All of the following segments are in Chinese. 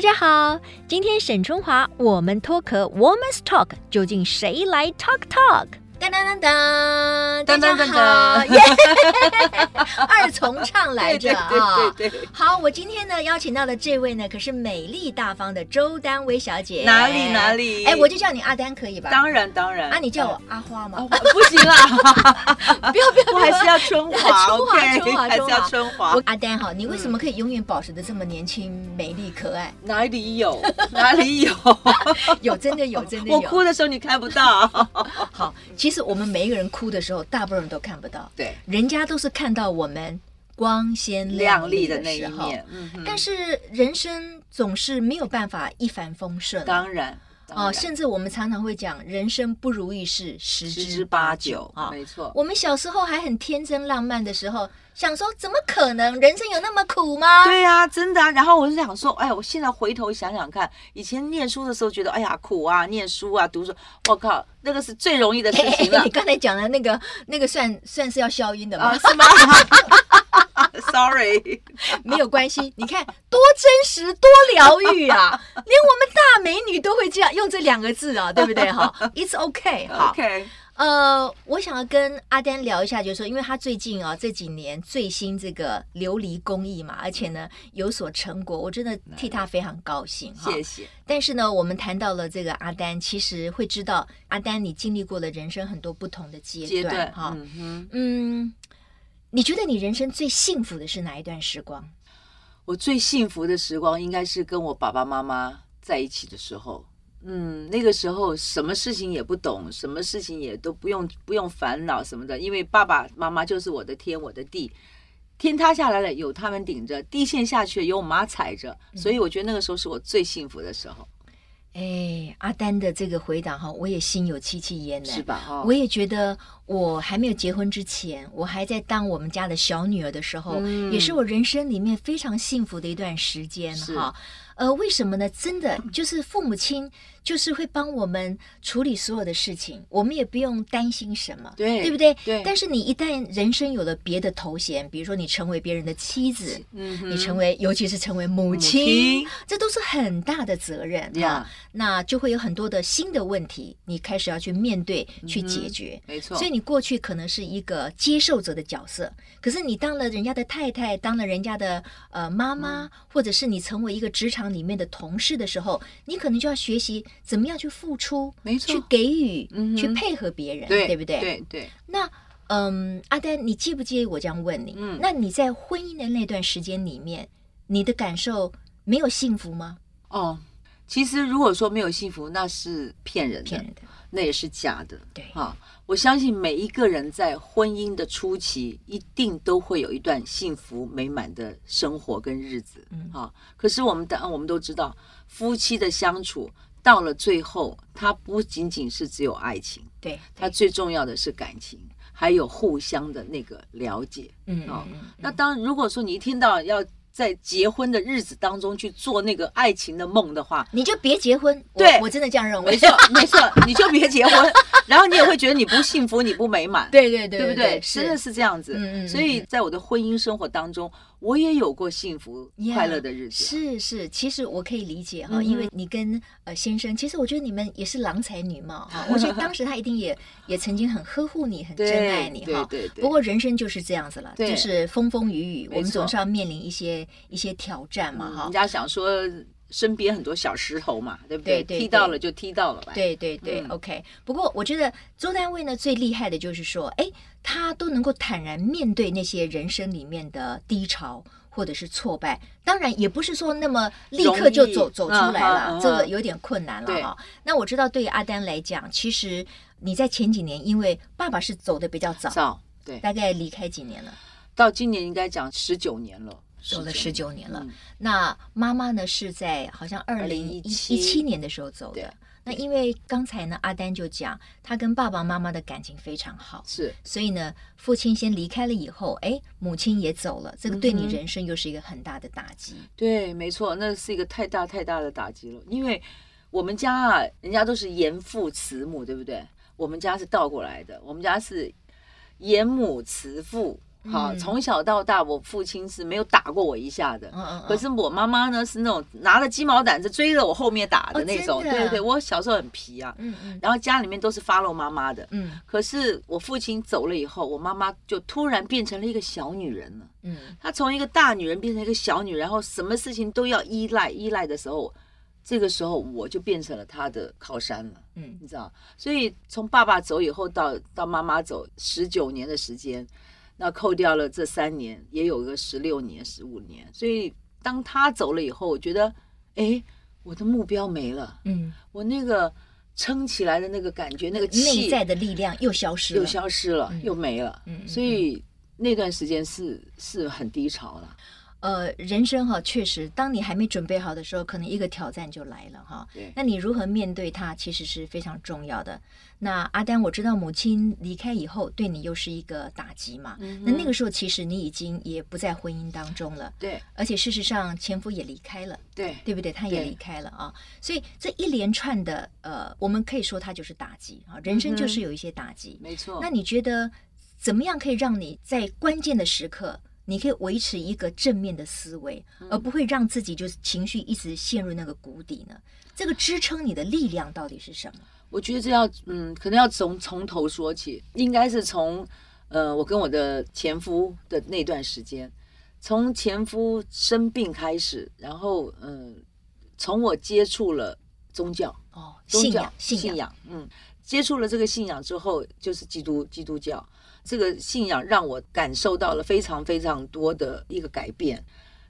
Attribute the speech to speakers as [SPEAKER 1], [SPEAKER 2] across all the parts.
[SPEAKER 1] 家好，今天沈春华我们脱壳 Woman's Talk 究竟谁来 talk talk？
[SPEAKER 2] 噔噔噔噔
[SPEAKER 3] 噔噔噔噔
[SPEAKER 2] 耶！ 二重唱来着啊！
[SPEAKER 3] 对对对
[SPEAKER 2] 好，我今天呢邀请到的这位呢，可是美丽大方的周丹薇小姐。
[SPEAKER 3] 哪里哪？里？
[SPEAKER 2] 哎，我就叫你阿丹可以吧？
[SPEAKER 3] 当然当然
[SPEAKER 2] 啊，你叫我阿花
[SPEAKER 3] 哦
[SPEAKER 2] 吗？
[SPEAKER 3] 我不行啦，
[SPEAKER 2] 不要不要，不
[SPEAKER 3] 我
[SPEAKER 2] 要
[SPEAKER 3] 还是要春 华
[SPEAKER 2] 春华
[SPEAKER 3] ，OK，
[SPEAKER 2] 春华
[SPEAKER 3] 还是
[SPEAKER 2] 春华
[SPEAKER 3] 要春华
[SPEAKER 2] 我。阿丹哈，你为什么可以永远保持的这么年轻、美丽、可爱？
[SPEAKER 3] 哪 里有？哪里有？
[SPEAKER 2] 有真的有真的
[SPEAKER 3] 我
[SPEAKER 2] 有。
[SPEAKER 3] 哭的时候你看不 到。
[SPEAKER 2] 好，其实我们每一个人哭的时候，大部分人都看不到，
[SPEAKER 3] 对，
[SPEAKER 2] 人家都是看到我们光鲜
[SPEAKER 3] 亮丽
[SPEAKER 2] 丽
[SPEAKER 3] 的
[SPEAKER 2] 的
[SPEAKER 3] 那一
[SPEAKER 2] 时候。
[SPEAKER 3] 面。嗯哼，
[SPEAKER 2] 但是人生总是没有办法一帆风顺，
[SPEAKER 3] 当然当
[SPEAKER 2] 哦，
[SPEAKER 3] 然
[SPEAKER 2] 甚至我们常常会讲，人生不如意事十
[SPEAKER 3] 十
[SPEAKER 2] 之
[SPEAKER 3] 之八九
[SPEAKER 2] 啊。
[SPEAKER 3] 没错。
[SPEAKER 2] 我们小时候还很天真浪漫的时候，想说怎么可能人生有那么苦吗？
[SPEAKER 3] 对呀、啊，真的、啊。然后我就想说，哎，我现在回头想想看，以前念书的时候觉得，哎呀，苦啊，念书啊，读书，我靠，那个是最容易的事
[SPEAKER 2] 嘿嘿
[SPEAKER 3] 情
[SPEAKER 2] 嘿
[SPEAKER 3] 了
[SPEAKER 2] 你刚才讲的那个那个算算是要消音的吗？
[SPEAKER 3] 啊，是吗 ？Sorry，
[SPEAKER 2] 没有关系，你看多真实，多疗愈 啊！连我们大美女都会这样用这两个字啊，对不对？ 哈，It's OK，好。
[SPEAKER 3] ，OK，
[SPEAKER 2] 呃，我想要跟阿丹聊一下，就是说，因为他最近啊、这几年最新这个琉璃工艺嘛，而且呢有所成果，我真的替他非常高兴哈。
[SPEAKER 3] 谢谢。
[SPEAKER 2] 但是呢，我们谈到了这个阿丹，其实会知道阿丹你经历过了人生很多不同的阶
[SPEAKER 3] 阶段
[SPEAKER 2] 段，哈。
[SPEAKER 3] 嗯哼，
[SPEAKER 2] 嗯，你觉得你人生最幸福的是哪一段时光？
[SPEAKER 3] 我最幸福的时光应该是跟我爸爸妈妈在一起的时候。嗯，那个时候什么事情也不懂，什么事情也都不用不用烦恼什么的，因为爸爸妈妈就是我的天，我的地。天塌下来了，有他们顶着；地陷下去了，有我妈踩着。
[SPEAKER 2] 嗯
[SPEAKER 3] 所以我觉得那个时候是我最幸福的时候，
[SPEAKER 2] 哎，阿丹的这个回答哈，我也心有戚戚焉呢。
[SPEAKER 3] 是吧？哦
[SPEAKER 2] 我也觉得，我还没有结婚之前，我还在当我们家的小女儿的时候，
[SPEAKER 3] 嗯
[SPEAKER 2] 也是我人生里面非常幸福的一段时间
[SPEAKER 3] 是
[SPEAKER 2] 哈。呃，为什么呢？真的就是父母亲就是会帮我们处理所有的事情，我们也不用担心什么，
[SPEAKER 3] 对
[SPEAKER 2] 对不对？
[SPEAKER 3] 对
[SPEAKER 2] 但是你一旦人生有了别的头衔，比如说你成为别人的妻子，
[SPEAKER 3] 嗯哼
[SPEAKER 2] 你成为，尤其是成为母
[SPEAKER 3] 母
[SPEAKER 2] 亲，
[SPEAKER 3] 亲
[SPEAKER 2] 这都是很大的责任
[SPEAKER 3] 呀
[SPEAKER 2] 啊。那就会有很多的新的问题，你开始要去面对、去
[SPEAKER 3] 嗯
[SPEAKER 2] 解决。
[SPEAKER 3] 没错，
[SPEAKER 2] 所以你过去可能是一个接受者的角色，可是你当了人家的太太，当了人家的呃妈妈，
[SPEAKER 3] 嗯
[SPEAKER 2] 或者是你成为一个职场里面的同事的时候，你可能就要学习怎么样去付出，
[SPEAKER 3] 没错
[SPEAKER 2] 去给予，
[SPEAKER 3] 嗯哼
[SPEAKER 2] 去配合别人，
[SPEAKER 3] 对
[SPEAKER 2] 对不对？
[SPEAKER 3] 对对，
[SPEAKER 2] 那嗯，阿丹，你介不介意我这样问你？
[SPEAKER 3] 嗯
[SPEAKER 2] 那你在婚姻的那段时间里面，你的感受没有幸福吗？
[SPEAKER 3] 哦。其实如果说没有幸福，那是骗人的，
[SPEAKER 2] 骗人的，
[SPEAKER 3] 那也是假的。
[SPEAKER 2] 对
[SPEAKER 3] 啊，我相信每一个人在婚姻的初期，一定都会有一段幸福美满的生活跟日子。
[SPEAKER 2] 嗯
[SPEAKER 3] 啊，可是我们当我们都知道，夫妻的相处到了最后，它不仅仅是只有爱情，
[SPEAKER 2] 对，
[SPEAKER 3] 它最重要的是感情，还有互相的那个了解。
[SPEAKER 2] 嗯
[SPEAKER 3] 哦
[SPEAKER 2] 嗯嗯
[SPEAKER 3] 那当如果说你一天到晚要在结婚的日子当中去做那个爱情的梦的话，
[SPEAKER 2] 你就别结婚，我
[SPEAKER 3] 对
[SPEAKER 2] 我真的这样认
[SPEAKER 3] 没
[SPEAKER 2] 为。
[SPEAKER 3] 错，没错，你就别结婚，然后你也会觉得你不幸福，你不美满，
[SPEAKER 2] 对对对
[SPEAKER 3] 对不
[SPEAKER 2] 对，
[SPEAKER 3] 真的是这样子。
[SPEAKER 2] 嗯嗯嗯
[SPEAKER 3] 所以在我的婚姻生活当中，我也有过幸福
[SPEAKER 2] Yeah，
[SPEAKER 3] 快乐的日子。
[SPEAKER 2] 是是，其实我可以理解哈，
[SPEAKER 3] 嗯哼
[SPEAKER 2] 因为你跟呃先生，其实我觉得你们也是郎才女貌 哈。我觉得当时他一定也 也曾经很呵护你，很珍
[SPEAKER 3] 对
[SPEAKER 2] 爱你
[SPEAKER 3] 对
[SPEAKER 2] 哈。
[SPEAKER 3] 对对
[SPEAKER 2] 不过人生就是这样子了，
[SPEAKER 3] 对
[SPEAKER 2] 就是风风雨雨，我
[SPEAKER 3] 没
[SPEAKER 2] 们总
[SPEAKER 3] 错
[SPEAKER 2] 是要面临一些一些挑战嘛
[SPEAKER 3] 嗯
[SPEAKER 2] 哈
[SPEAKER 3] 人。家想说身边很多小石头嘛，对不
[SPEAKER 2] 对对
[SPEAKER 3] 踢到了就踢到了吧。
[SPEAKER 2] 对对对、
[SPEAKER 3] 嗯
[SPEAKER 2] o k 不过我觉得周丹薇呢最厉害的就是说，哎，她都能够坦然面对那些人生里面的低潮或者是挫败。当然，也不是说那么立刻就走
[SPEAKER 3] 容易
[SPEAKER 2] 走出来了，
[SPEAKER 3] 嗯哼
[SPEAKER 2] 这个有点困难了
[SPEAKER 3] 对
[SPEAKER 2] 哈。那我知道，对于阿丹来讲，其实你在前几年，因为爸爸是走的比较早，
[SPEAKER 3] 早对，
[SPEAKER 2] 大概离开几年了，
[SPEAKER 3] 到今年应该讲十九年了，
[SPEAKER 2] 走了十九年了。
[SPEAKER 3] 嗯
[SPEAKER 2] 那妈妈呢是在好像二零一
[SPEAKER 3] 2017
[SPEAKER 2] 七年的时候走
[SPEAKER 3] 对
[SPEAKER 2] 的。那因为刚才呢，阿丹就讲他跟爸爸妈妈的感情非常好，
[SPEAKER 3] 是
[SPEAKER 2] 所以呢，父亲先离开了以后，哎，母亲也走了，这个对你
[SPEAKER 3] 嗯哼
[SPEAKER 2] 人生又是一个很大的打击。
[SPEAKER 3] 对，没错，那是一个太大太大的打击了。因为我们家啊，人家都是严父慈母，对不对？我们家是倒过来的，我们家是严母慈父，好，
[SPEAKER 2] 嗯
[SPEAKER 3] 从小到大，我父亲是没有打过我一下的。
[SPEAKER 2] 嗯嗯，
[SPEAKER 3] 可是我妈妈呢，是那种拿着鸡毛掸子追着我后面打的
[SPEAKER 2] 哦
[SPEAKER 3] 那种。
[SPEAKER 2] 真的
[SPEAKER 3] 对对，我小时候很皮啊，
[SPEAKER 2] 嗯嗯
[SPEAKER 3] 然后家里面都是 follow 妈妈的。
[SPEAKER 2] 嗯
[SPEAKER 3] 可是我父亲走了以后，我妈妈就突然变成了一个小女人了。
[SPEAKER 2] 嗯
[SPEAKER 3] 她从一个大女人变成一个小女人，然后什么事情都要依赖，依赖的时候，这个时候我就变成了她的靠山了，
[SPEAKER 2] 嗯
[SPEAKER 3] 你知道？所以从爸爸走以后到到妈妈走，十九年的时间，那扣掉了这三年，也有个十六年、十五年。所以当她走了以后，我觉得，哎，我的目标没了，
[SPEAKER 2] 嗯，
[SPEAKER 3] 我那个撑起来的那个感觉，那个
[SPEAKER 2] 内
[SPEAKER 3] 气
[SPEAKER 2] 在的力量又消失了，
[SPEAKER 3] 又消失了，
[SPEAKER 2] 嗯
[SPEAKER 3] 又没了。
[SPEAKER 2] 嗯嗯
[SPEAKER 3] 所以那段时间是是很低潮了。
[SPEAKER 2] 呃，人生哈，确实，当你还没准备好的时候，可能一个挑战就来了哈。
[SPEAKER 3] 对
[SPEAKER 2] 那你如何面对它，其实是非常重要的。那阿丹，我知道母亲离开以后，对你又是一个打击嘛。
[SPEAKER 3] 嗯
[SPEAKER 2] 那那个时候，其实你已经也不在婚姻当中了，
[SPEAKER 3] 对
[SPEAKER 2] 而且事实上，前夫也离开了，
[SPEAKER 3] 对
[SPEAKER 2] 对不对？他也
[SPEAKER 3] 对
[SPEAKER 2] 离开了啊。所以这一连串的，呃，我们可以说它就是打击啊。人生就是有一些打击。
[SPEAKER 3] 没错。
[SPEAKER 2] 那你觉得怎么样可以让你在关键的时刻，你可以维持一个正面的思维，
[SPEAKER 3] 嗯
[SPEAKER 2] 而不会让自己就是情绪一直陷入那个谷底呢？这个支撑你的力量到底是什么？
[SPEAKER 3] 我觉得这要嗯，可能要从从头说起，应该是从呃，我跟我的前夫的那段时间，从前夫生病开始，然后嗯，从我接触了宗教，
[SPEAKER 2] 哦，
[SPEAKER 3] 宗
[SPEAKER 2] 信
[SPEAKER 3] 教
[SPEAKER 2] 仰，信仰，
[SPEAKER 3] 仰，嗯，接触了这个信仰之后，就是基督基督教这个信仰让我感受到了非常非常多的一个改变，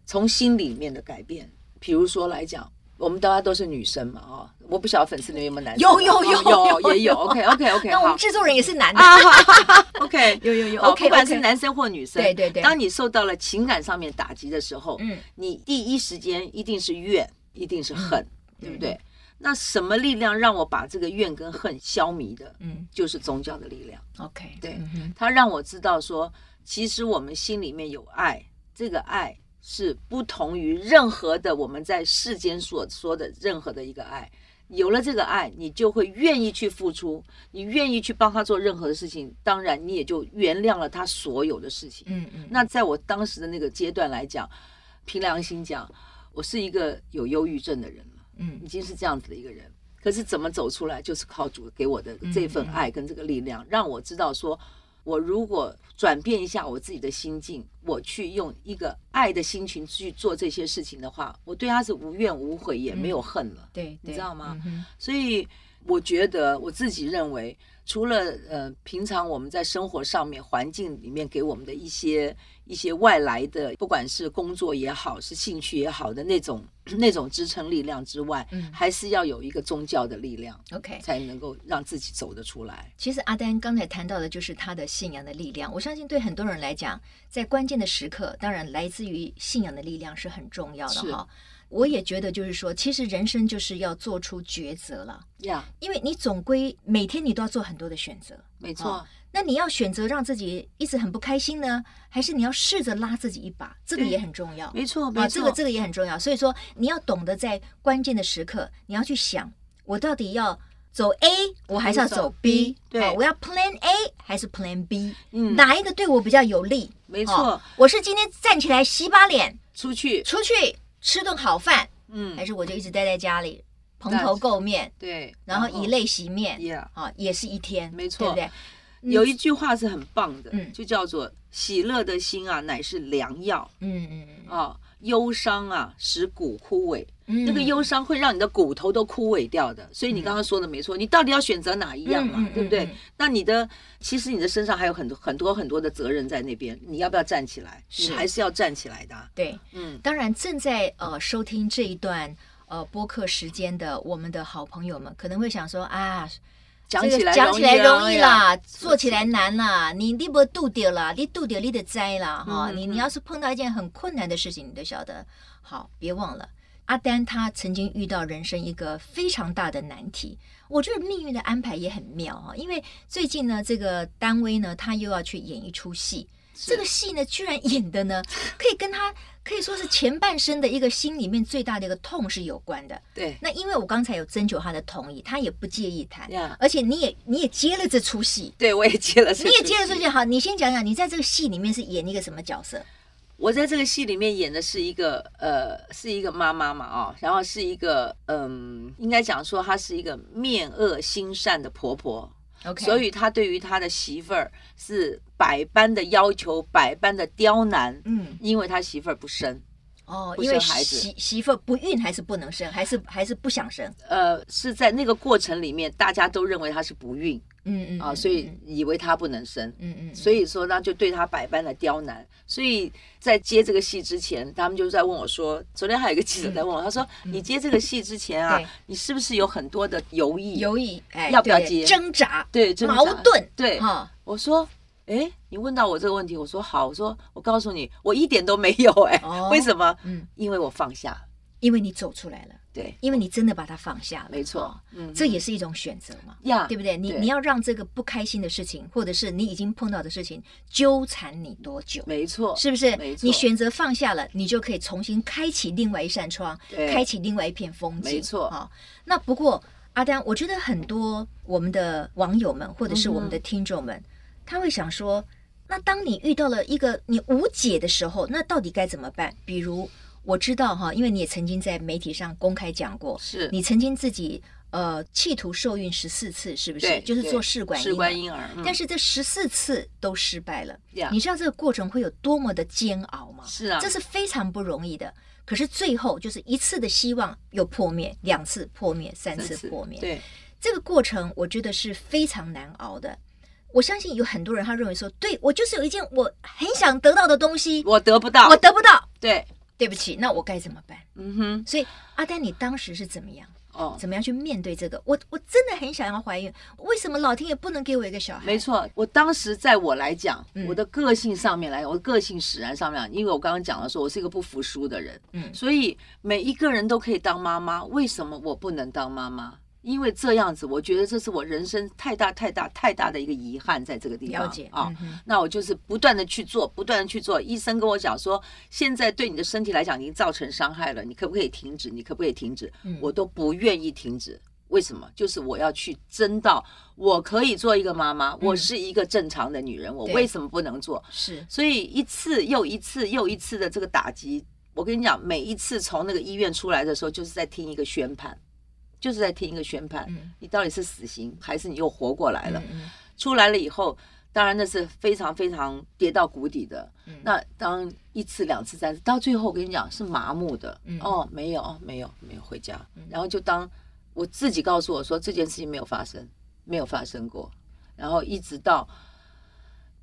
[SPEAKER 3] 从心里面的改变。比如说来讲，我们大家都是女生嘛，哦，我不晓得粉丝里面有没有男生，
[SPEAKER 2] 有有有
[SPEAKER 3] 哦
[SPEAKER 2] 有
[SPEAKER 3] 有也有
[SPEAKER 2] 有
[SPEAKER 3] ，OK OK OK，
[SPEAKER 2] 那我
[SPEAKER 3] 好
[SPEAKER 2] 们制作人也是男的，
[SPEAKER 3] 啊哈哈哈，OK
[SPEAKER 2] 有有有
[SPEAKER 3] 好
[SPEAKER 2] ，OK，
[SPEAKER 3] 不管是
[SPEAKER 2] OK
[SPEAKER 3] 男生或女生，
[SPEAKER 2] 对对对
[SPEAKER 3] 当你受到了情感上面打击的时候，
[SPEAKER 2] 嗯
[SPEAKER 3] 你第一时间一定是怨，一定是恨，
[SPEAKER 2] 嗯
[SPEAKER 3] 对不对？那什么力量让我把这个怨跟恨消弭的？
[SPEAKER 2] 嗯
[SPEAKER 3] 就是宗教的力量，
[SPEAKER 2] ，OK，
[SPEAKER 3] 对
[SPEAKER 2] 嗯哼
[SPEAKER 3] 它让我知道说，其实我们心里面有爱，这个爱是不同于任何的我们在世间所说的任何的一个爱。有了这个爱，你就会愿意去付出，你愿意去帮他做任何的事情，当然你也就原谅了他所有的事情。
[SPEAKER 2] 嗯嗯，
[SPEAKER 3] 那在我当时的那个阶段来讲，凭良心讲，我是一个有忧郁症的人了，
[SPEAKER 2] 嗯
[SPEAKER 3] 已经是这样子的一个人。可是怎么走出来，就是靠主给我的这份爱跟这个力量，让我知道说，我如果转变一下我自己的心境，我去用一个爱的心情去做这些事情的话，我对他是无怨无悔，也没有恨了。
[SPEAKER 2] 对，
[SPEAKER 3] 你知
[SPEAKER 2] 对
[SPEAKER 3] 道吗？
[SPEAKER 2] 嗯哼
[SPEAKER 3] 所以我觉得我自己认为，除了呃平常我们在生活上面环境里面给我们的一些一些外来的，不管是工作也好，是兴趣也好的那种那种支撑力量之外，
[SPEAKER 2] 嗯
[SPEAKER 3] 还是要有一个宗教的力量，
[SPEAKER 2] ，OK，
[SPEAKER 3] 才能够让自己走得出来。
[SPEAKER 2] 其实阿丹刚才谈到的就是他的信仰的力量，我相信对很多人来讲，在关键的时刻，当然来自于信仰的力量是很重要的
[SPEAKER 3] 是
[SPEAKER 2] 哈。我也觉得就是说，其实人生就是要做出抉择了，
[SPEAKER 3] 呀、
[SPEAKER 2] 因为你总归每天你都要做很多的选择。
[SPEAKER 3] 没错，
[SPEAKER 2] 哦那你要选择让自己一直很不开心呢，还是你要试着拉自己一把？这个
[SPEAKER 3] 对
[SPEAKER 2] 也很重要。
[SPEAKER 3] 没错，
[SPEAKER 2] 啊，
[SPEAKER 3] 没错，
[SPEAKER 2] 这个这个也很重要。所以说，你要懂得在关键的时刻，你要去想，我到底要走 A，我还是要走 B？
[SPEAKER 3] 对
[SPEAKER 2] 啊我要 Plan A 还是 Plan B？、
[SPEAKER 3] 嗯，
[SPEAKER 2] 哪一个对我比较有利？
[SPEAKER 3] 没
[SPEAKER 2] 没
[SPEAKER 3] 错，
[SPEAKER 2] 我是今天站起来洗把脸，
[SPEAKER 3] 出去，
[SPEAKER 2] 出去吃顿好饭，
[SPEAKER 3] 嗯
[SPEAKER 2] 还，是我就一直待在家里蓬头垢面，
[SPEAKER 3] 对，
[SPEAKER 2] 然后以泪洗面
[SPEAKER 3] Yeah
[SPEAKER 2] 啊，也是一天，
[SPEAKER 3] 嗯没错
[SPEAKER 2] 对不对？
[SPEAKER 3] 有一句话是很棒的，
[SPEAKER 2] 嗯
[SPEAKER 3] 就叫做“喜乐的心啊，乃是良药
[SPEAKER 2] 嗯嗯
[SPEAKER 3] 啊，忧伤啊，使骨枯萎。
[SPEAKER 2] 嗯，
[SPEAKER 3] 那个忧伤会让你的骨头都枯萎掉的。所以你刚刚说的没错，你到底要选择哪一样嘛，啊
[SPEAKER 2] 嗯嗯嗯
[SPEAKER 3] 对不对？
[SPEAKER 2] 嗯
[SPEAKER 3] 那你的其实你的身上还有很多很多很多的责任在那边，你要不要站起来？
[SPEAKER 2] 是
[SPEAKER 3] 你还是要站起来的啊、
[SPEAKER 2] 对，
[SPEAKER 3] 嗯，
[SPEAKER 2] 当然，正在呃收听这一段呃播客时间的我们的好朋友们，可能会想说啊，
[SPEAKER 3] 讲起来啊
[SPEAKER 2] 这个讲起来容易
[SPEAKER 3] 啦，
[SPEAKER 2] 啦，做起来难啦，你你不度掉啦，你度掉你的灾啦哈、
[SPEAKER 3] 嗯嗯
[SPEAKER 2] 你
[SPEAKER 3] 嗯
[SPEAKER 2] 你要是碰到一件很困难的事情，你都晓得。好，别忘了。阿丹他曾经遇到人生一个非常大的难题，我觉得命运的安排也很妙啊。因为最近呢，这个单位呢，他又要去演一出戏，这个戏呢，居然演的 呢，可以跟他可以说是前半生的一个心里面最大的一个痛是有关的。
[SPEAKER 3] 对
[SPEAKER 2] 那因为我刚才有征求他的同意，他也不介意谈
[SPEAKER 3] 呀
[SPEAKER 2] 而且你也你也接了这出戏，
[SPEAKER 3] 对，我也接了这出戏，
[SPEAKER 2] 你也接了这出戏。好，你先讲讲你在这个戏里面是演一个什么角色？
[SPEAKER 3] 我在这个戏里面演的是一个呃，是一个妈妈嘛啊、然后是一个嗯，应该讲说她是一个面恶心善的婆婆
[SPEAKER 2] OK，
[SPEAKER 3] 所以她对于她的媳妇儿是百般的要求，百般的刁难，
[SPEAKER 2] 嗯
[SPEAKER 3] 因为她媳妇儿不生，
[SPEAKER 2] 哦，
[SPEAKER 3] 不
[SPEAKER 2] 因为
[SPEAKER 3] 生孩子
[SPEAKER 2] 媳媳妇儿不孕还是不能生，还是还是不想生，
[SPEAKER 3] 呃，是在那个过程里面，大家都认为她是不孕
[SPEAKER 2] 嗯嗯
[SPEAKER 3] 啊，
[SPEAKER 2] 嗯
[SPEAKER 3] 所以
[SPEAKER 2] 嗯
[SPEAKER 3] 以为她不能生。
[SPEAKER 2] 嗯嗯，
[SPEAKER 3] 所以说呢，就对她百般的刁难。所以在接这个戏之前，他们就在问我说，昨天还有一个记者在问我，他说：“你接这个戏之前
[SPEAKER 2] 嗯
[SPEAKER 3] 啊
[SPEAKER 2] 对，
[SPEAKER 3] 你是不是有很多的犹豫？
[SPEAKER 2] 犹豫哎
[SPEAKER 3] 要不要
[SPEAKER 2] 对
[SPEAKER 3] 接
[SPEAKER 2] 挣扎
[SPEAKER 3] 对挣扎
[SPEAKER 2] 矛盾
[SPEAKER 3] 对
[SPEAKER 2] 哈，
[SPEAKER 3] 我说：“哎，你问到我这个问题，我说好，我说我告诉你，我一点都没有哎、
[SPEAKER 2] 哦
[SPEAKER 3] 为什么？
[SPEAKER 2] 嗯，
[SPEAKER 3] 因为我放下。
[SPEAKER 2] 因为你走出来了，
[SPEAKER 3] 对，
[SPEAKER 2] 因为你真的把它放下了，
[SPEAKER 3] 没错
[SPEAKER 2] 哦，
[SPEAKER 3] 嗯，
[SPEAKER 2] 这也是一种选择嘛。
[SPEAKER 3] 呀，
[SPEAKER 2] 对不对？你
[SPEAKER 3] 对
[SPEAKER 2] 你要让这个不开心的事情，或者是你已经碰到的事情纠缠你多久？
[SPEAKER 3] 没错，
[SPEAKER 2] 是不是
[SPEAKER 3] 没？错
[SPEAKER 2] 你选择放下了，你就可以重新开启另外一扇窗，
[SPEAKER 3] 对
[SPEAKER 2] 开启另外一片风景。
[SPEAKER 3] 没错
[SPEAKER 2] 啊、那不过阿丹，我觉得很多我们的网友们或者是我们的听众
[SPEAKER 3] 嗯
[SPEAKER 2] 们，他会想说，那当你遇到了一个你无解的时候，那到底该怎么办？比如我知道哈，因为你也曾经在媒体上公开讲过，
[SPEAKER 3] 是
[SPEAKER 2] 你曾经自己呃企图受孕十四次，是不是？
[SPEAKER 3] 对，
[SPEAKER 2] 就是
[SPEAKER 3] 对
[SPEAKER 2] 做试管
[SPEAKER 3] 试
[SPEAKER 2] 婴儿
[SPEAKER 3] 管。婴儿，嗯
[SPEAKER 2] 但是这十四次都失败了，
[SPEAKER 3] 呀
[SPEAKER 2] 你知道这个过程会有多么的煎熬吗？
[SPEAKER 3] 是啊
[SPEAKER 2] 这是非常不容易的。可是最后就是一次的希望又破灭，两次破灭，三
[SPEAKER 3] 三
[SPEAKER 2] 次破灭。
[SPEAKER 3] 对，
[SPEAKER 2] 这个过程我觉得是非常难熬的。我相信有很多人他认为说，对我就是有一件我很想得到的东西，
[SPEAKER 3] 我得不到，
[SPEAKER 2] 我得不到，
[SPEAKER 3] 对，
[SPEAKER 2] 对不起，那我该怎么办？
[SPEAKER 3] 嗯哼，
[SPEAKER 2] 所以阿丹，你当时是怎么样？
[SPEAKER 3] 哦，
[SPEAKER 2] 怎么样去面对这个？我我真的很想要怀孕，为什么老天爷不能给我一个小孩？
[SPEAKER 3] 没错，我当时在我来讲，
[SPEAKER 2] 嗯
[SPEAKER 3] 我的个性上面来，我的个性使然上面来，因为我刚刚讲了说，我是一个不服输的人，
[SPEAKER 2] 嗯
[SPEAKER 3] 所以每一个人都可以当妈妈，为什么我不能当妈妈？因为这样子，我觉得这是我人生太大太大太大的一个遗憾，在这个地方
[SPEAKER 2] 了解
[SPEAKER 3] 啊。
[SPEAKER 2] 嗯哼
[SPEAKER 3] 那我就是不断的去做，不断的去做。医生跟我讲说，现在对你的身体来讲已经造成伤害了，你可不可以停止？你可不可以停止？
[SPEAKER 2] 嗯
[SPEAKER 3] 我都不愿意停止。为什么？就是我要去争到我可以做一个妈妈，我是一个正常的女人，我
[SPEAKER 2] 嗯对
[SPEAKER 3] 为什么不能做？
[SPEAKER 2] 是
[SPEAKER 3] 所以一次又一次又一次的这个打击，我跟你讲，每一次从那个医院出来的时候，就是在听一个宣判，就是在听一个宣判，
[SPEAKER 2] 嗯
[SPEAKER 3] 你到底是死刑还是你又活过来了？
[SPEAKER 2] 嗯嗯
[SPEAKER 3] 出来了以后，当然那是非常非常跌到谷底的。
[SPEAKER 2] 嗯
[SPEAKER 3] 那当一次、两次、三次，到最后我跟你讲是麻木的。
[SPEAKER 2] 嗯
[SPEAKER 3] 哦，没有，哦没有，没有回家。然后就当我自己告诉我说这件事情没有发生，没有发生过。然后一直到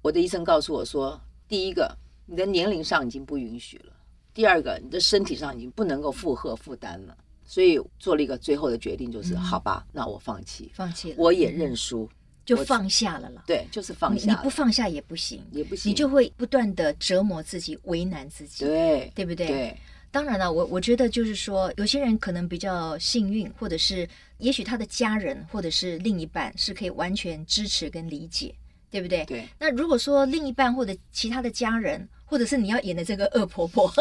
[SPEAKER 3] 我的医生告诉我说，第一个，你的年龄上已经不允许了；第二个，你的身体上已经不能够负荷负担了。所以做了一个最后的决定，就是、
[SPEAKER 2] 嗯
[SPEAKER 3] 好吧，那我放弃，
[SPEAKER 2] 放弃了，
[SPEAKER 3] 我也认输。
[SPEAKER 2] 就
[SPEAKER 3] 我
[SPEAKER 2] 放下了啦。
[SPEAKER 3] 对，就是放
[SPEAKER 2] 你
[SPEAKER 3] 下
[SPEAKER 2] 你
[SPEAKER 3] 了
[SPEAKER 2] 不放下也不行，
[SPEAKER 3] 也不行，
[SPEAKER 2] 你就会不断的折磨自己，为难自己，
[SPEAKER 3] 对
[SPEAKER 2] 对不对？
[SPEAKER 3] 对
[SPEAKER 2] 当然了，我我觉得就是说，有些人可能比较幸运，或者是也许他的家人或者是另一半是可以完全支持跟理解，对不对？
[SPEAKER 3] 对
[SPEAKER 2] 那如果说另一半或者其他的家人，或者是你要演的这个恶婆 婆，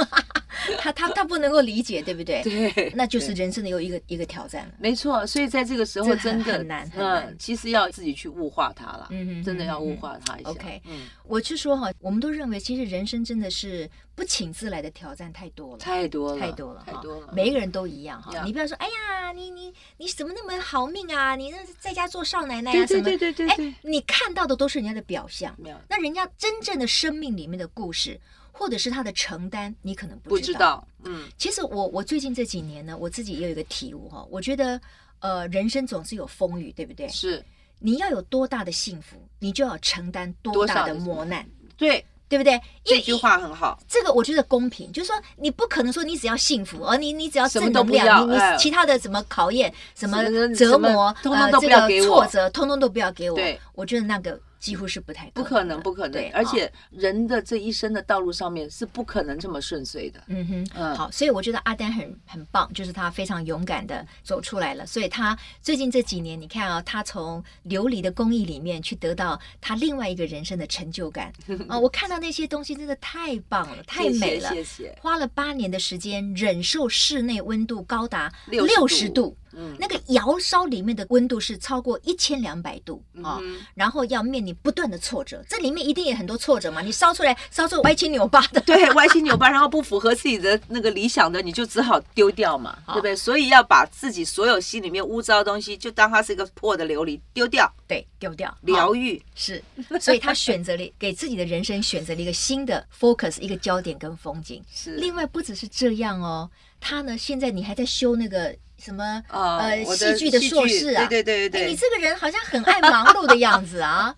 [SPEAKER 2] 她她她不能够理解，对不对？
[SPEAKER 3] 对，
[SPEAKER 2] 那就是
[SPEAKER 3] 对
[SPEAKER 2] 人生的又一个一个挑战了。
[SPEAKER 3] 没错。所以在这个时
[SPEAKER 2] 这
[SPEAKER 3] 候，
[SPEAKER 2] 很
[SPEAKER 3] 真的
[SPEAKER 2] 很难很
[SPEAKER 3] 嗯，
[SPEAKER 2] 难
[SPEAKER 3] 其实要自己去物化它啦，
[SPEAKER 2] 嗯哼
[SPEAKER 3] 真的
[SPEAKER 2] 嗯
[SPEAKER 3] 要
[SPEAKER 2] 哼
[SPEAKER 3] 物
[SPEAKER 2] 嗯
[SPEAKER 3] 化它一下。
[SPEAKER 2] OK
[SPEAKER 3] 嗯，
[SPEAKER 2] 我是说哈，我们都认为其实人生真的是不请自来的挑战太多了。
[SPEAKER 3] 太多了，
[SPEAKER 2] 太多了，
[SPEAKER 3] 太
[SPEAKER 2] 哈
[SPEAKER 3] 多了。
[SPEAKER 2] 每一个人都一样哈。
[SPEAKER 3] Yeah
[SPEAKER 2] 你不要说，哎呀，你你你怎么那么好命啊？你那是在家做少奶奶
[SPEAKER 3] 对
[SPEAKER 2] 啊？
[SPEAKER 3] 对
[SPEAKER 2] 什么
[SPEAKER 3] 对？对对对
[SPEAKER 2] 哎，，你看到的都是人家的表象，
[SPEAKER 3] 没有
[SPEAKER 2] 那人家真正的生命里面的故事，或者是他的承担，你可能
[SPEAKER 3] 不
[SPEAKER 2] 知
[SPEAKER 3] 知
[SPEAKER 2] 道。
[SPEAKER 3] 道，嗯，
[SPEAKER 2] 其实我我最近这几年呢，我自己也有一个体悟哈，我觉得呃，人生总是有风雨，对不对？
[SPEAKER 3] 是
[SPEAKER 2] 你要有多大的幸福，你就要承担多
[SPEAKER 3] 多
[SPEAKER 2] 大
[SPEAKER 3] 少
[SPEAKER 2] 的
[SPEAKER 3] 的
[SPEAKER 2] 磨难，
[SPEAKER 3] 对
[SPEAKER 2] 对不对？因
[SPEAKER 3] 这
[SPEAKER 2] 为
[SPEAKER 3] 句话很好，
[SPEAKER 2] 这个我觉得公平，就是说你不可能说你只要幸福，而你你只要
[SPEAKER 3] 什么
[SPEAKER 2] 正
[SPEAKER 3] 都
[SPEAKER 2] 能
[SPEAKER 3] 不
[SPEAKER 2] 量，
[SPEAKER 3] 要
[SPEAKER 2] 你你
[SPEAKER 3] 哎
[SPEAKER 2] 其他的什么考验、什么
[SPEAKER 3] 什么
[SPEAKER 2] 折
[SPEAKER 3] 什么
[SPEAKER 2] 磨、
[SPEAKER 3] 通通
[SPEAKER 2] 呃
[SPEAKER 3] 都
[SPEAKER 2] 这
[SPEAKER 3] 不要
[SPEAKER 2] 个
[SPEAKER 3] 给我
[SPEAKER 2] 挫折，通通都不要给我
[SPEAKER 3] 对。
[SPEAKER 2] 我觉得那个几乎是不太
[SPEAKER 3] 不可
[SPEAKER 2] 可
[SPEAKER 3] 能，
[SPEAKER 2] 的
[SPEAKER 3] 不可
[SPEAKER 2] 对
[SPEAKER 3] 能。而
[SPEAKER 2] 啊
[SPEAKER 3] 且人的这一生的道路上面是不可能这么顺遂的。
[SPEAKER 2] 嗯哼，
[SPEAKER 3] 嗯
[SPEAKER 2] 好，所以我觉得阿丹很很棒，就是他非常勇敢的走出来了。所以他最近这几年，你看啊，他从琉璃的工艺里面去得到他另外一个人生的成就 感啊！我看到那些东西真的太棒了，太
[SPEAKER 3] 谢谢
[SPEAKER 2] 美了。
[SPEAKER 3] 谢谢。
[SPEAKER 2] 花了八年的时间忍受室内温度高达
[SPEAKER 3] 60
[SPEAKER 2] 六十
[SPEAKER 3] 度
[SPEAKER 2] 度，
[SPEAKER 3] 嗯
[SPEAKER 2] 那个窑烧里面的温度是超过一千两百度啊、
[SPEAKER 3] 嗯
[SPEAKER 2] 然后要面临不断的挫折，这里面一定也很多挫折嘛，你烧出来烧出歪七扭八的，
[SPEAKER 3] 对，歪七扭八，然后不符合自己的那个理想的，你就只好丢掉嘛，
[SPEAKER 2] 好
[SPEAKER 3] 对不对？所以要把自己所有心里面污糟的东西，就当它是一个破的琉璃丢掉，
[SPEAKER 2] 对，丢掉
[SPEAKER 3] 疗愈。
[SPEAKER 2] 是，所以他选择了给自己的人生选择了一个新的 focus，一个焦点跟风景。
[SPEAKER 3] 是
[SPEAKER 2] 另外不只是这样哦，他呢现在你还在修那个什么
[SPEAKER 3] 啊
[SPEAKER 2] 呃
[SPEAKER 3] 我
[SPEAKER 2] 戏
[SPEAKER 3] 的
[SPEAKER 2] 剧的
[SPEAKER 3] 戏
[SPEAKER 2] 硕
[SPEAKER 3] 剧
[SPEAKER 2] 士啊，
[SPEAKER 3] 对对对对
[SPEAKER 2] 哎
[SPEAKER 3] 对
[SPEAKER 2] 你这个人好像很爱忙碌的样子啊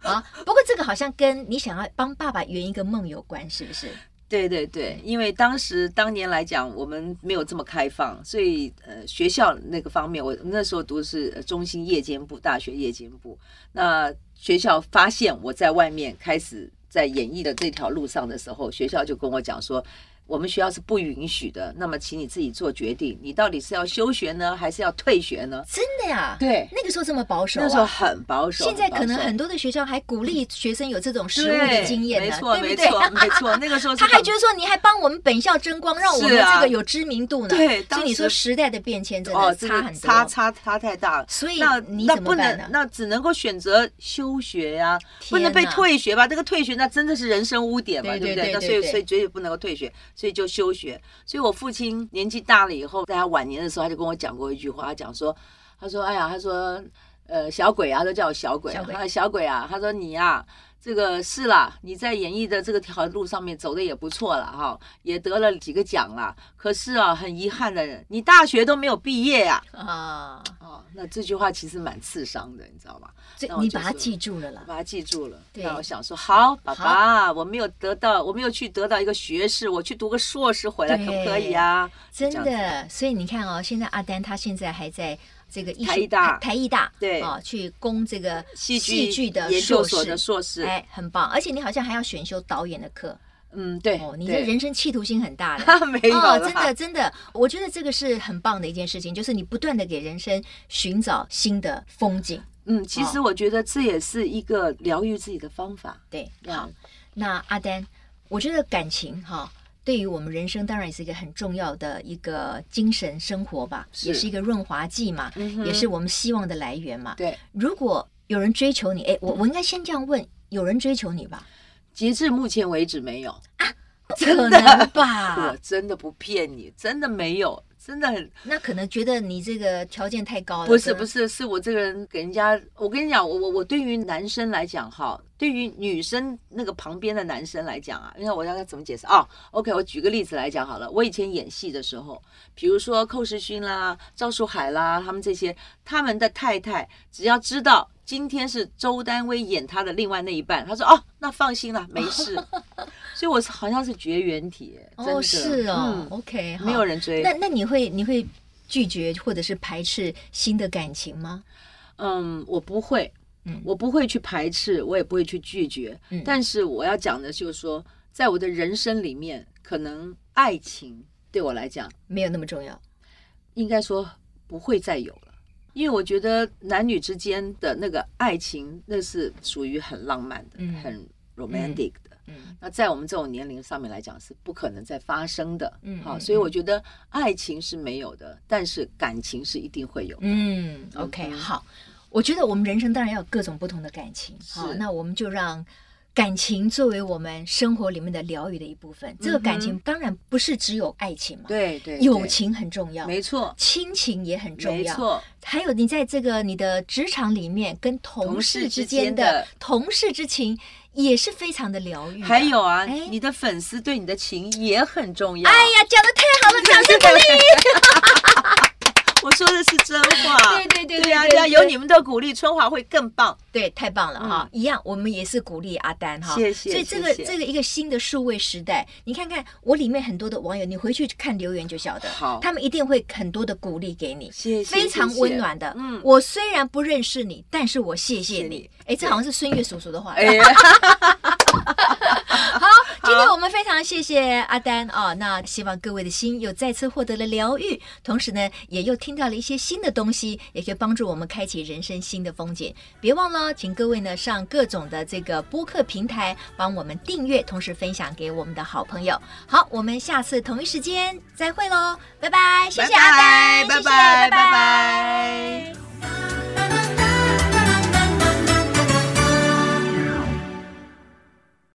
[SPEAKER 2] 啊！不过这个好像跟你想要帮爸爸圆一个梦有关，是不是？
[SPEAKER 3] 对对对，因为当时当年来讲，我们没有这么开放，所以呃，学校那个方面，我那时候读的是呃中心夜间部，大学夜间部。那学校发现我在外面开始在演艺的这条路上的时候，学校就跟我讲说，我们学校是不允许的。那么，请你自己做决定，你到底是要休学呢，还是要退学呢？
[SPEAKER 2] 真的呀、
[SPEAKER 3] 对，
[SPEAKER 2] 那个时候这么保守、啊，
[SPEAKER 3] 那时候很保守，
[SPEAKER 2] 现在可能
[SPEAKER 3] 保守
[SPEAKER 2] 很多的学校还鼓励学生有这种实务的
[SPEAKER 3] 对
[SPEAKER 2] 经验
[SPEAKER 3] 没
[SPEAKER 2] 呢，
[SPEAKER 3] 错
[SPEAKER 2] 对
[SPEAKER 3] 没
[SPEAKER 2] 不对？
[SPEAKER 3] 错没错，那个时候是
[SPEAKER 2] 他还
[SPEAKER 3] 很
[SPEAKER 2] 觉得说你还帮我们本校争光，让我们
[SPEAKER 3] 是啊
[SPEAKER 2] 这个有知名度呢。
[SPEAKER 3] 对
[SPEAKER 2] 所
[SPEAKER 3] 当
[SPEAKER 2] 以
[SPEAKER 3] 时
[SPEAKER 2] 你说时代的变迁真
[SPEAKER 3] 哦，
[SPEAKER 2] 的
[SPEAKER 3] 这
[SPEAKER 2] 差
[SPEAKER 3] 个
[SPEAKER 2] 很多。
[SPEAKER 3] 差差差太大了。
[SPEAKER 2] 所以
[SPEAKER 3] 那
[SPEAKER 2] 你
[SPEAKER 3] 那
[SPEAKER 2] 怎
[SPEAKER 3] 不
[SPEAKER 2] 么办
[SPEAKER 3] 能，
[SPEAKER 2] 呢？
[SPEAKER 3] 那只能够选择休学呀、不能被
[SPEAKER 2] 天哪
[SPEAKER 3] 退学吧？这个退学那真的是人生污点嘛，
[SPEAKER 2] 对
[SPEAKER 3] 不
[SPEAKER 2] 对对
[SPEAKER 3] 那
[SPEAKER 2] 对
[SPEAKER 3] 所以
[SPEAKER 2] 对
[SPEAKER 3] 所以绝对不能够退学，所以就休学。所以我父亲年纪大了以后，在他晚年的时候，他就跟我讲过一句话，他讲说，他说，哎呀，他说，呃，小鬼啊，他都叫我小鬼啊，
[SPEAKER 2] 小鬼
[SPEAKER 3] 他说小鬼啊，他说你呀、这个是啦，你在演艺的这个条路上面走的也不错了哈，也得了几个奖啦。可是啊，很遗憾的，你大学都没有毕业呀、
[SPEAKER 2] 啊，
[SPEAKER 3] 哦，那这句话其实蛮刺伤的，你知道吗？
[SPEAKER 2] 所以
[SPEAKER 3] 那我
[SPEAKER 2] 你
[SPEAKER 3] 就
[SPEAKER 2] 把它
[SPEAKER 3] 是
[SPEAKER 2] 记住了啦
[SPEAKER 3] 我。把它记住了。
[SPEAKER 2] 对
[SPEAKER 3] 那我想说，好，爸爸，我没有得到，我没有去得到一个学士，我去读个硕士回来可不可以啊？
[SPEAKER 2] 真
[SPEAKER 3] 就这样子，
[SPEAKER 2] 的，所以你看哦，现在阿丹他现在还在这个艺术
[SPEAKER 3] 台艺大
[SPEAKER 2] 台艺大
[SPEAKER 3] 对
[SPEAKER 2] 啊、去攻这个
[SPEAKER 3] 戏
[SPEAKER 2] 戏剧的
[SPEAKER 3] 研
[SPEAKER 2] 硕
[SPEAKER 3] 究所的
[SPEAKER 2] 士，
[SPEAKER 3] 硕士，
[SPEAKER 2] 哎，很棒。而且你好像还要选修导演的课
[SPEAKER 3] 嗯，对，
[SPEAKER 2] 哦，你的
[SPEAKER 3] 对
[SPEAKER 2] 人生企图心很大的。
[SPEAKER 3] 没有
[SPEAKER 2] 哦，
[SPEAKER 3] 啦
[SPEAKER 2] 真的，真的，我觉得这个是很棒的一件事情，就是你不断的给人生寻找新的风景。
[SPEAKER 3] 嗯，其
[SPEAKER 2] 哦
[SPEAKER 3] 实我觉得这也是一个疗愈自己的方法。
[SPEAKER 2] 对，
[SPEAKER 3] 呀，
[SPEAKER 2] 那阿丹，我觉得感情哈、对于我们人生当然也是一个很重要的一个精神生活吧，
[SPEAKER 3] 是
[SPEAKER 2] 也是一个润滑剂嘛，
[SPEAKER 3] 嗯哼
[SPEAKER 2] 也是我们希望的来源嘛。
[SPEAKER 3] 对，
[SPEAKER 2] 如果有人追求你，哎，我我应该先这样问，有人追求你 吧？
[SPEAKER 3] 截至目前为止没有，
[SPEAKER 2] 不可能吧
[SPEAKER 3] 我？真的不骗你，真的没有，真的很
[SPEAKER 2] 那可能觉得你这个条件太高了。
[SPEAKER 3] 不是
[SPEAKER 2] 可能
[SPEAKER 3] 不，是，是我这个人给人家，我跟你讲，我我我对于男生来讲哈，对于女生那个旁边的男生来讲啊，你看我大概怎么解释哦？OK，我举个例子来讲好了，我以前演戏的时候，比如说寇世勋啦、赵树海啦，他们这些，他们的太太只要知道。今天是周丹薇演她的另外那一半，他说哦，那放心啦，没 事。所以我是好像是绝缘体，真
[SPEAKER 2] 哦
[SPEAKER 3] 的
[SPEAKER 2] 是哦、
[SPEAKER 3] 嗯
[SPEAKER 2] o k
[SPEAKER 3] 没有人追。
[SPEAKER 2] 那那你会你会拒绝或者是排斥新的感情吗？
[SPEAKER 3] 嗯，我不会，
[SPEAKER 2] 嗯
[SPEAKER 3] 我不会去排斥，我也不会去拒绝。
[SPEAKER 2] 嗯
[SPEAKER 3] 但是我要讲的就是说，在我的人生里面，可能爱情对我来讲，
[SPEAKER 2] 没有那么重要。
[SPEAKER 3] 应该说不会再有了，因为我觉得男女之间的那个爱情，那是属于很浪漫的，
[SPEAKER 2] 嗯
[SPEAKER 3] 很 romantic 的。
[SPEAKER 2] 嗯，
[SPEAKER 3] 那在我们这种年龄上面来讲，是不可能再发生的。
[SPEAKER 2] 嗯
[SPEAKER 3] 好，
[SPEAKER 2] 嗯
[SPEAKER 3] 所以我
[SPEAKER 2] 嗯
[SPEAKER 3] 觉得爱情是没有的，但是感情是一定会有的。
[SPEAKER 2] 嗯，OK，
[SPEAKER 3] 嗯哼
[SPEAKER 2] 好，我觉得我们人生当然要有各种不同的感情，好，
[SPEAKER 3] 是
[SPEAKER 2] 那我们就让。感情作为我们生活里面的疗愈的一部分，这个感
[SPEAKER 3] 嗯
[SPEAKER 2] 情当然不是只有爱情嘛，
[SPEAKER 3] 对对，
[SPEAKER 2] 友
[SPEAKER 3] 对，
[SPEAKER 2] 情很重要，
[SPEAKER 3] 没错，
[SPEAKER 2] 亲情也很重
[SPEAKER 3] 没
[SPEAKER 2] 要，
[SPEAKER 3] 错。
[SPEAKER 2] 还有你在这个你的职场里面跟同
[SPEAKER 3] 同
[SPEAKER 2] 事
[SPEAKER 3] 事
[SPEAKER 2] 之
[SPEAKER 3] 之
[SPEAKER 2] 间
[SPEAKER 3] 间
[SPEAKER 2] 的
[SPEAKER 3] 的
[SPEAKER 2] 同事之情也是非常的疗愈的，
[SPEAKER 3] 还有啊，
[SPEAKER 2] 哎
[SPEAKER 3] 你的粉丝对你的情也很重要。
[SPEAKER 2] 哎呀，讲的太好了，掌声！
[SPEAKER 3] 声鼓励！我说的是真话。
[SPEAKER 2] 对对对
[SPEAKER 3] 对啊，
[SPEAKER 2] 对
[SPEAKER 3] 对啊，有
[SPEAKER 2] 对
[SPEAKER 3] 你们的鼓励，春华会更棒。
[SPEAKER 2] 对，太棒了哈！一样，我们也是鼓励阿丹哈。
[SPEAKER 3] 谢谢
[SPEAKER 2] 所以这个
[SPEAKER 3] 谢谢
[SPEAKER 2] 这个一个新的数位时代，你看看我里面很多的网友，你回去看留言就晓得，
[SPEAKER 3] 好
[SPEAKER 2] 他们一定会很多的鼓励给你，
[SPEAKER 3] 谢谢，
[SPEAKER 2] 非常
[SPEAKER 3] 谢谢
[SPEAKER 2] 温。暖的。
[SPEAKER 3] 嗯
[SPEAKER 2] 我虽然不认识你，但是我谢谢
[SPEAKER 3] 谢
[SPEAKER 2] 你
[SPEAKER 3] 你。
[SPEAKER 2] 哎，这好像是孙悦叔叔的话。
[SPEAKER 3] 哎，
[SPEAKER 2] 今天我们非常谢谢阿丹啊、那希望各位的心又再次获得了疗愈，同时呢，也又听到了一些新的东西，也可以帮助我们开启人生新的风景。别忘了，请各位呢上各种的这个播客平台帮我们订阅，同时分享给我们的好朋友。好，我们下次同一时间再会喽，拜拜，谢谢阿丹，
[SPEAKER 3] 拜
[SPEAKER 2] 谢谢
[SPEAKER 3] 拜，
[SPEAKER 2] 拜
[SPEAKER 3] 拜拜，拜拜。